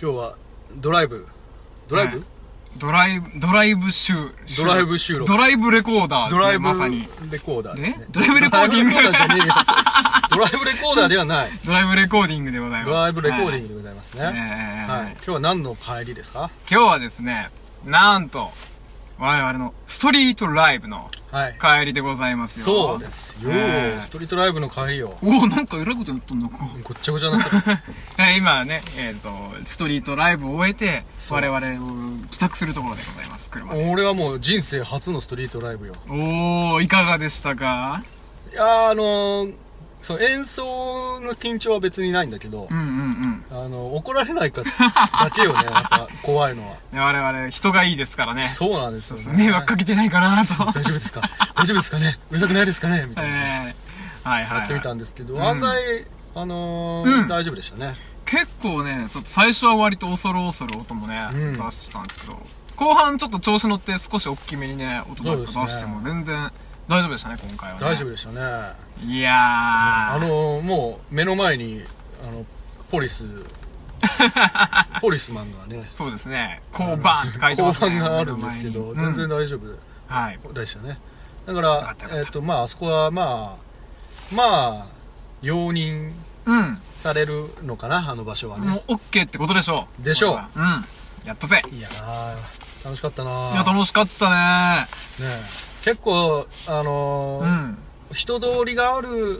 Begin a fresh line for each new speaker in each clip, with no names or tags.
今日はドライブドライブ、
はいドライブ、ドライブ収
ドライブ収録
ドライブレコーダーです
ド
ね、
ライブ
まさに。
レコーダーですね
えドライブレコーディング
ドライブレコーダーじゃねえよドライブレコーダーではない
ドライブレコーディングでございます。
ドライブレコーディン
グ。
グでございます
はい
ね、
えー
はい、今日は何の帰りですか
今日はですね、なんと、我々のストリートライブの
はい
帰りでございます
そ
よ。
うですよ、
えー
ストリートライブの帰りよ
おおなんか 偉いこと言っとんのか。
ごっちゃごちゃになってる
はい今はね、えっ、と、ストリートライブを終えて、
そう
我々を帰宅するところでございます、 車で。
俺はもう人生初のストリートライブよ
おー、いかがでしたか
いやーあのー、その演奏の緊張は別にないんだけど、
うんうんうん。
あの怒られないかだけよねやっぱ怖いのは
で我々、人がいいです からね。
そうなんですよ、ね、
迷惑かけてないかなと。
大丈夫ですか大丈夫ですかねうるさくないですかねみたいな
えー、はいはい、はい。
やってみたんですけど、
ん
案外あのー
うん
大丈夫でしたね
結構ね、ちょっと最初は割と恐る恐る音もね、
うん
出してたんですけど、後半ちょっと調子乗って少し大きめにね、音なんか出しても全然大丈夫でしたね、今回は、ね。
大丈夫でしたね
夫。いや
あのー、もう目の前にあのポリ スポリスマンがね
ー、そうですね、交番って書いて
交
ますね。
番があるんですけど
目の前
全
に
然
うん
大丈夫で
はい。
でしたねだか
かっ
ら
たよか
え
っ
ったとまああそこはまあまあ容認
うん。
されるのかなあの場所はね
もう OK ってことでしょう。
でしょう
これはうん。やったぜ。
いやー楽しかったない
や、楽しかったね
ねえ結構あの
う
ー
ん。
人通りがある
うん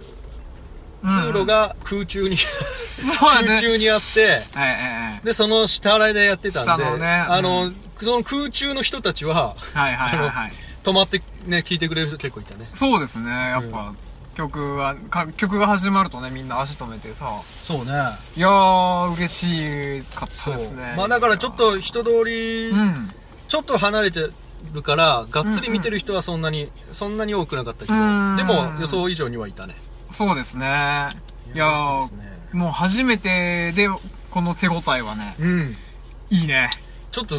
通路、が空中に、
そうだね
空。中にあって
はいはい
でその下洗いでやってたんで
下のね
あの、
う
その空中の人たちは
はいはいはいはい。
止まってね聞いてくれる人結構いたね
そうですね、やっぱ、曲は、か曲が始まるとね、みんな足止めてさ、
そうね
いやー、嬉しかった
そう
ですね。
まあだからちょっ、と人通り、
うん。
ちょっと離れてるからがっつり見てる人はそんなに、そんなに多くなかったけど
うん
でも予想以上にはいたね
そうですね。いや
そう
ー、
ですね
もう初めてで、この手応えはね、
うん
いいね。
ちょっと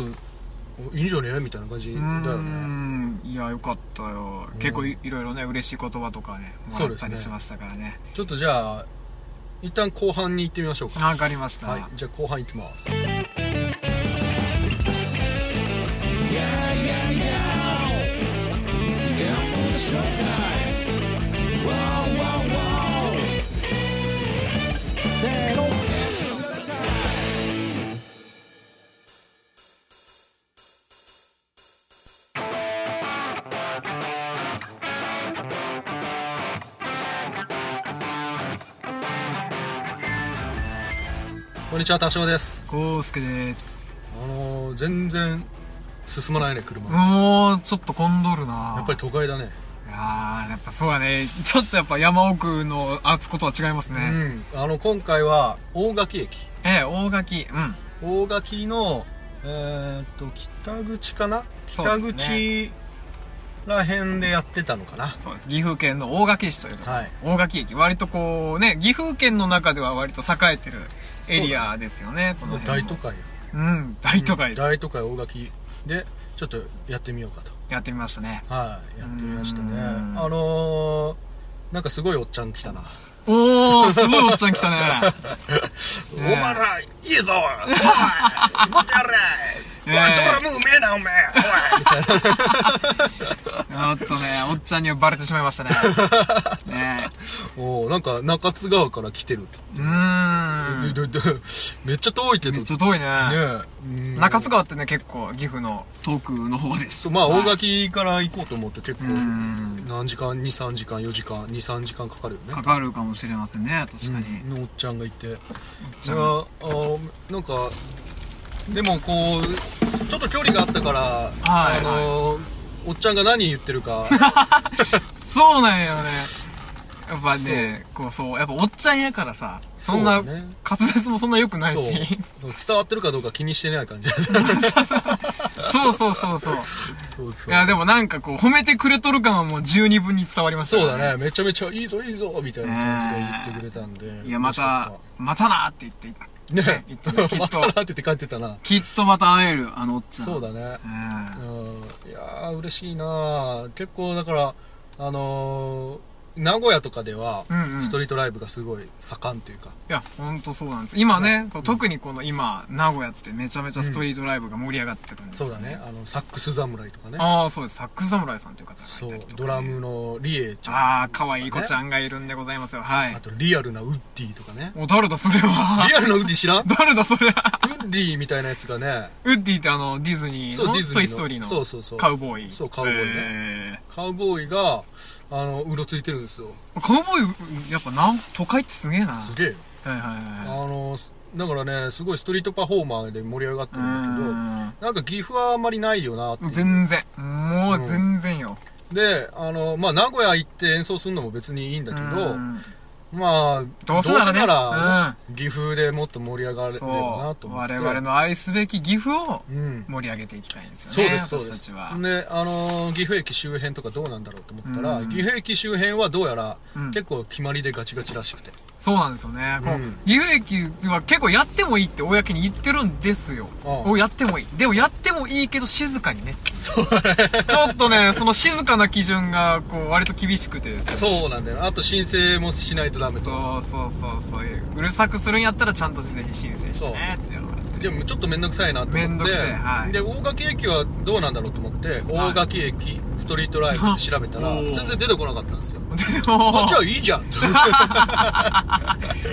おいいんじゃねみたいな感じ
う
だ
ー
よね
ん。いや、よかったよ。結構いいろいろね、嬉しい言葉とかね、もらったりしましたからね。
ちょっとじゃあ一旦後半に行ってみましょうか
わかりました。
はいじゃあ後半行きますこんにちは多少です
こうすけです。
あのー、全然進まないね車、や
もう、ちょっと混んどるな
っぱり都会だね
いやー、やっぱそうだね。ちょっとやっぱ山奥のあつことは違います
う
ね。
んあの今回は大垣駅
ええ、大垣。うん。
大垣のえー、っと北口かな
そ
北
うですね
口ら辺でやってたのかな
そうです。岐阜県の大垣市というところ。
はい
大垣駅。割とこうね、岐阜県の中では割と栄えてるエリアですよね、この辺
大
も
都会よ
うん、大都会です。
大都会大垣でちょっとやってみようかと
やってみましたね。
はいやってみましたね
うん
あのー、なんかすごいおっちゃん来たな
おー、すごいおっちゃん来たね。
お前らいいぞおいもっとや れお
ね
い
え
ドラムうめえなおめえおいみたいな
やっとね、おっちゃんにはバレてしまいましたね。ね
おーなんか中津川から来てるって
え。うーん。
どどどめっちゃ遠いけど
めっ
ね
ちゃ遠いね。
え
中津
川
川ってね、結構岐阜の遠くの方です。
まあ
はい
大垣から行こうと思うと結構
うん
何時間23時間4時間23時間かかるよね
かかるかもしれませんね確かに、
うんのおっちゃんがいて
ちゃん
いやあーなんかでもこうちょっと距離があったから、
はい
あのーおっちゃんが何言ってるか
そうなんよねやっぱねこうそうやっぱおっちゃんやからさそんな
そうね
滑舌もそんな良くない
そう
し
伝わってるかどうか気にしてない感 じそ
そうそうそうそう
うそ
いやでもなんかこう褒めてくれとる感はもう十二分に伝わりました
そう
から
だねめちゃめちゃいいぞいいぞみたいな感じで言ってくれたんで、
いやまたまたなって言って
嬉しかったね
言って ねきっ
また
と
なって言って帰ってたな
きっとまた会えるあのおっちゃん
そう
だ
だね
う
う
ん
んいやー嬉しいなー結構だからあのー名古屋とかでは
うんうん
ストリートライブがすごい盛んというか、
いや、ほんとそうなんです。今ね、こう特にこの今、名古屋ってめちゃめちゃストリートライブが盛り上がってるんです
そ
よ、
うだね。あのサックス侍とかね
ああ、そうです。サックス侍さんという方
そ
が
う
いたりとか、
ド
ね。
ラムのリエちゃん
ああ、可愛い子ちゃんがいるんでございますよ。はい
あ。とリアルなウッディと かね
お、誰だそれは。
リアルなウッディ知らんウ
誰だそれは。
ッディみたいなやつがね
ウッディってあの、ディズニー
そう
の
ディズニーの
トイストーリーの
そうそうそう
カウボーイ。
そうカウボーイね
ね。
カウボーイがあのうろついてるんですよ
カウボーイ、やっぱなん、都会ってすげえな。は
すげえよ
いはい
あ
は
のすだからねすごいストリートパフォーマーで盛り上がってるんだけど
い
なんか岐阜はあんまりないよなって
う
い
ーん。
う
全然。もう全然よ。
であの、まあ、名古屋行って演奏するのも別にいいんだけど、
うん
まあ
どうせなら
ど
ね
うせら岐阜でもっと盛り上がれる
そ
なと
う。
思っ
我
て
々の愛すべき岐阜を
うん
盛り上げていきたいんです
そう
よね。
ですそうで
私た
す
ちは。
ねあのー岐阜駅周辺とかどうなんだろうと思ったら、
うん
岐阜駅周辺はどうやら、
うん
結構決まりでガチガチらしくて
そうなんですよね。こう
うん
岐阜駅は結構やってもいいって公に言ってるんですよ。
うん
おやってもいい。でもやってもいいけど静かにね。 ちょっとね、その静かな基準が、こう、割と厳しくてですね
そうなんだよなあと申請もしないとダメと
そうそうそうそういう。うるさくするんやったらちゃんと事前に申請してねって言われて。
でもちょっと面倒くさいなと思って
面倒くさいはい
で大垣駅はどうなんだろうと思って、大垣駅ストリートライブって調べたら
おー
全然出てこなかったんですよ
で も
あじゃあいいじゃんと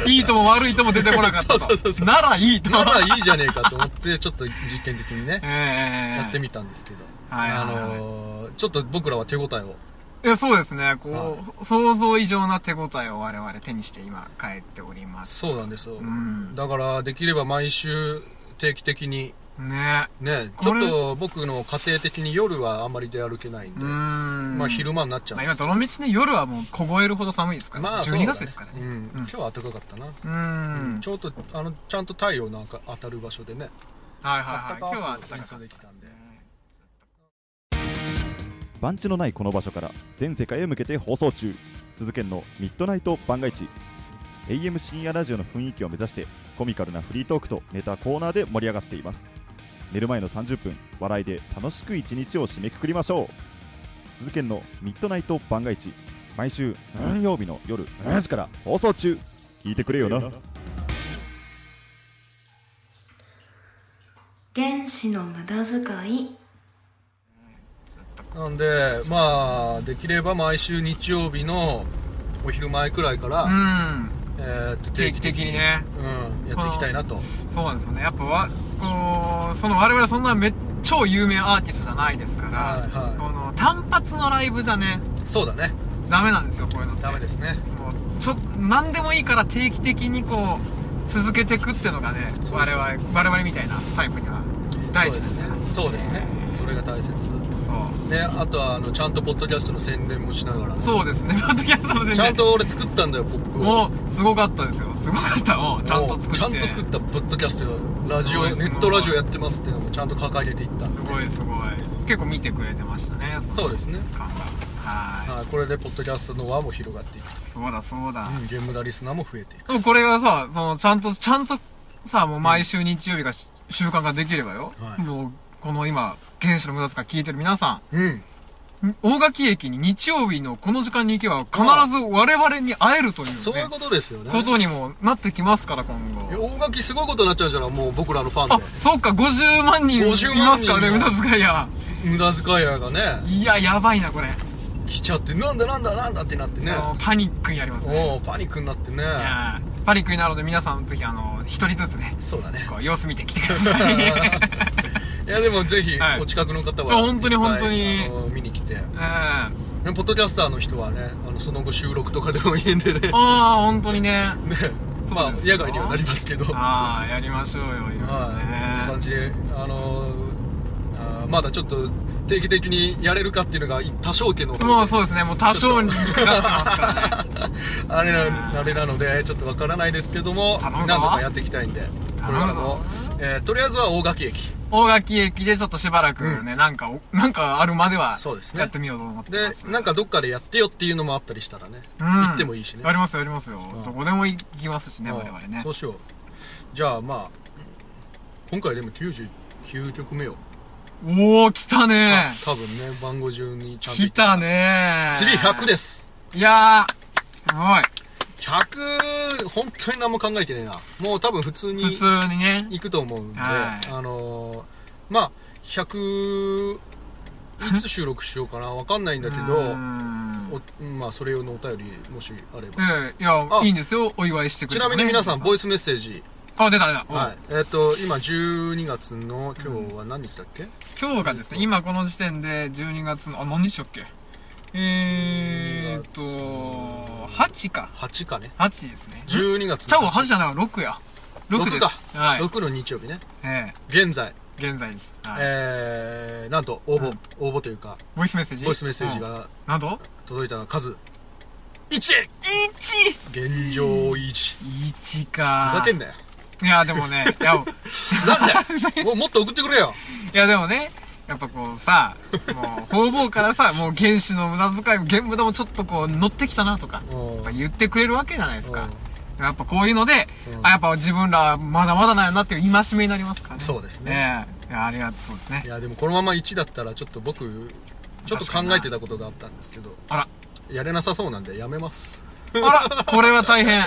いいとも悪いとも出てこなかったと。
そうそうそうそう
ならいいと。
ならいいじゃねえかと思ってちょっと実験的にね
ええ
やってみたんですけど、
はいはいはい
あのーちょっと僕らは手応えを
いや、そうですね。こう、
は
想像以上な手応えを我々手にして今帰っております。
そうなんですよ、
ん
だからできれば毎週定期的に
ね
ねち
こ
ょっ
れ
と僕の家庭的に夜はあんまり出歩けないん
う
で、
ーん。
まあ昼間になっちゃうん
ま
で
あ今、
す
どの道ね、夜はもう凍えるほど寒いですから、ね。
まあそうだ
12月ですから
う
ね。
ん
うん
今日は暖かかったな、
うーん。
ちょっとあのちゃんと太陽の当た当たる場所でね
は
暖
いはいはい。
か
今日は
く
暖
演
かか
奏
っ
できたんで
たね。
番地のないこの場所から全世界へ向けて放送中鈴研のミッドナイト番外地 AM 深夜ラジオの雰囲気を目指してコミカルなフリートークとネタコーナーで盛り上がっています寝る前の30分笑いで楽しく一日を締めくくりましょう鈴研のミッドナイト番外地毎週何曜日の夜7時から放送中聞いてくれよな
原子の無駄遣い
なんでまあできれば毎週日曜日のお昼前くらいから、
うん。
えーっと
定期的にね。
うん、やっていきたいなと。
そうなんですよね。やっぱわ、こう、その我々そんなめ超有名アーティストじゃないですから、
はいはい
この単発のライブじゃね、
そうだね。
ダメなんですよ、こういうのって。
ダメですね。
もうちょ何でもいいから定期的にこう続けていくってのがね
そう
我々我々みたいなタイプには大事ですね
そうですね。そうですねそれが大切。
そう
ね、あとは、あの、ちゃんとポッドキャストの宣伝もしながら。
そうですね ポッドキャストの全
ちゃ
然
んと俺作ったんだよ、ポップを。
もうすごかったですよすごかったもうちゃんと作って
ちゃんと作ったポッドキャスト、ラジオ、
そう
ネ
ですね
ットラジオやってますっていうのもちゃんと掲げていった。
すごいすごい結構見てくれてましたね
そうですね。
感がは
はい、これでポッドキャストの輪も広がっていくと
い。そうだそうだ、
うん、ゲームだリスナーも増えていく。
でもこれがさそのちゃんとちゃんとさもう毎週日曜日がし習慣ができればよ、
はい
もうこの今原始の無駄遣い聞いてる皆さん
うん。
大垣駅に日曜日のこの時間に行けば必ず我々に会えるという,、ね、
そういうことですよね。
ことにもなってきますから今
いや
後
大垣すごいことになっちゃうじゃん、もう僕らのファ
あ
ンで。
そっか50万人い
50
ま
万
す
人
からね無駄遣いや
無駄遣いやがね、
いややばいなこれ、
来ちゃって、なんだなんだなんだってなってね。
もうパニックになりますね
おおパニックになってね
いやーパニックになるので皆さんぜひあの一人ずつね
そうだね
こう様子見てきてください
いやでもぜひ
はい
お近くの方
いや
は
本当に
いっぱい
本当に
あの見に来てね
うんあ
ポッドキャスターの人はねあのその後収録とかでもいいんでねね
あ本当にねそう
まあ
ですよ
野外にはなりますけどは
ああやりましょうよいろいろね
いこんな感じであのあーまだちょっと定期的にやれるかっていうのが多少家の
もうそうですねもう多少にかかってますからね
あれなあれなのでちょっとわからないですけども
頼むぞ
なんとかやっていきたいんでこれからも
頼、
えーとりあえずは大垣駅
大垣駅でちょっとしばらくね、なんかお、なんかあるまでは
そうです、ね
やってみようと思って
で
ます。
なんかどっかでやってよっていうのもあったりしたらね、
うん
行ってもいいしね
やりますよ、やりますよ。どこでも行きますしね、
うん
我々ね
そ。うしようじゃあまあ今回でも99曲目を、
おー、来たね
多分ね番号順にちゃんと
来たね
次100です
いやー、すご
100本当に何も考えてねえなもう多分普通
い。普
に
通にね。
行くと思うんで、
はい
あのーまあ100いつ収録しようかなわかんないんだけど
うーん
おまあそれ用のお便りもしあれば、
ええいや
あ、
いいんですよ。お祝いしてく
ち
れ
な
てね、
みに皆さんボ
イ
イスメッセージ、
あ、出た出た。
はいえっと今12月の今日は何日だっけ、
今日がですね、今この時点で12月の、あ、何日だっけえーっと、8か。
8かね
8ですね。ち
12月
ゃ
の
うわ、8じゃないわ、6や。6です。
6か
はい。
6の日曜日ね
え
現在、
え現在です。はい
えー、なんと応募、
うん
応募というか
ボイスメッセージ
ボイスメッセージ。
うん
が
なんと
届いたのは数 1!
1
現状1
1
ふ
か。
ざけん なよ
いや、でもね、いや、
なんだよもうもっと送ってくれよ
いやでもね、やっぱこうさ、もう、方々から さ、もう原始の無駄遣いも、現無駄もちょっとこう、乗ってきたなとか、やっぱ言ってくれるわけじゃないですか。やっぱこういうので、
うん
あ、やっぱ自分らまだまだなんやなっていう戒めになりますからね。
そうですね
ねえ。いや、ありがとうそうですね
い。やでもこのまま1だったらちょっと僕ちょっと考えてたことがあったんですけど
あら、
やれなさそうなんでやめます
あら、これは大変。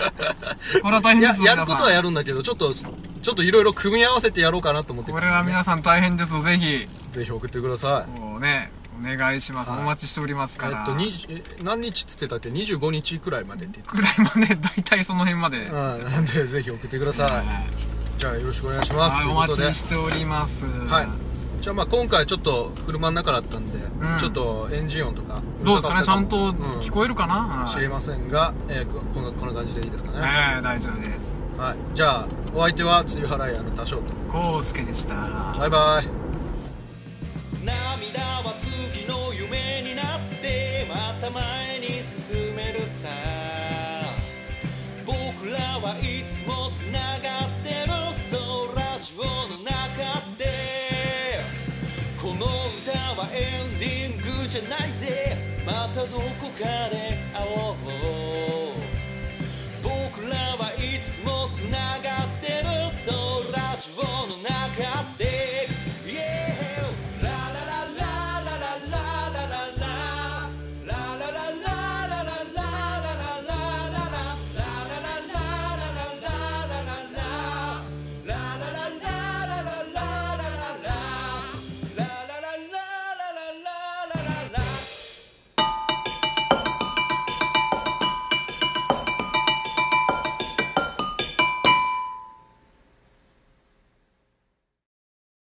これは大変
い
で
や
すぞ
やることはや
皆
るんだけどちょっとちょっといろいろ組み合わせてやろうかなと思って
さんこれは皆さん大変ですぞ、ぜひ、
ぜひ送ってください
こうね、お願いします。お
はい
待ちしております
え
か
っ
ら。
と20え何日っつってたって25日くらいまでって言って
ぐらいまで、だいたいその辺まで。
うんなんでぜひ送ってくださいじゃあよろしくお願いします
はい
とい
お
うこと
待
で
ちしております。
はい。じゃあまあ今回ちょっと車の中だったんで、
ん
ちょっとエンジン音とか
どうですかねちゃんと
う
聞こえるかな、
知りませんが、えーここんなこんな感じでいいですかね、
ええ大丈夫です
はい、じゃあお相手は梅雨払いあの多少と
コウスケでした
バイバイ
涙は次の夢になってまた前に進めるさ僕らはいつもつながってるそうラジオの中でこの歌はエンディングじゃないぜまたどこかで会おう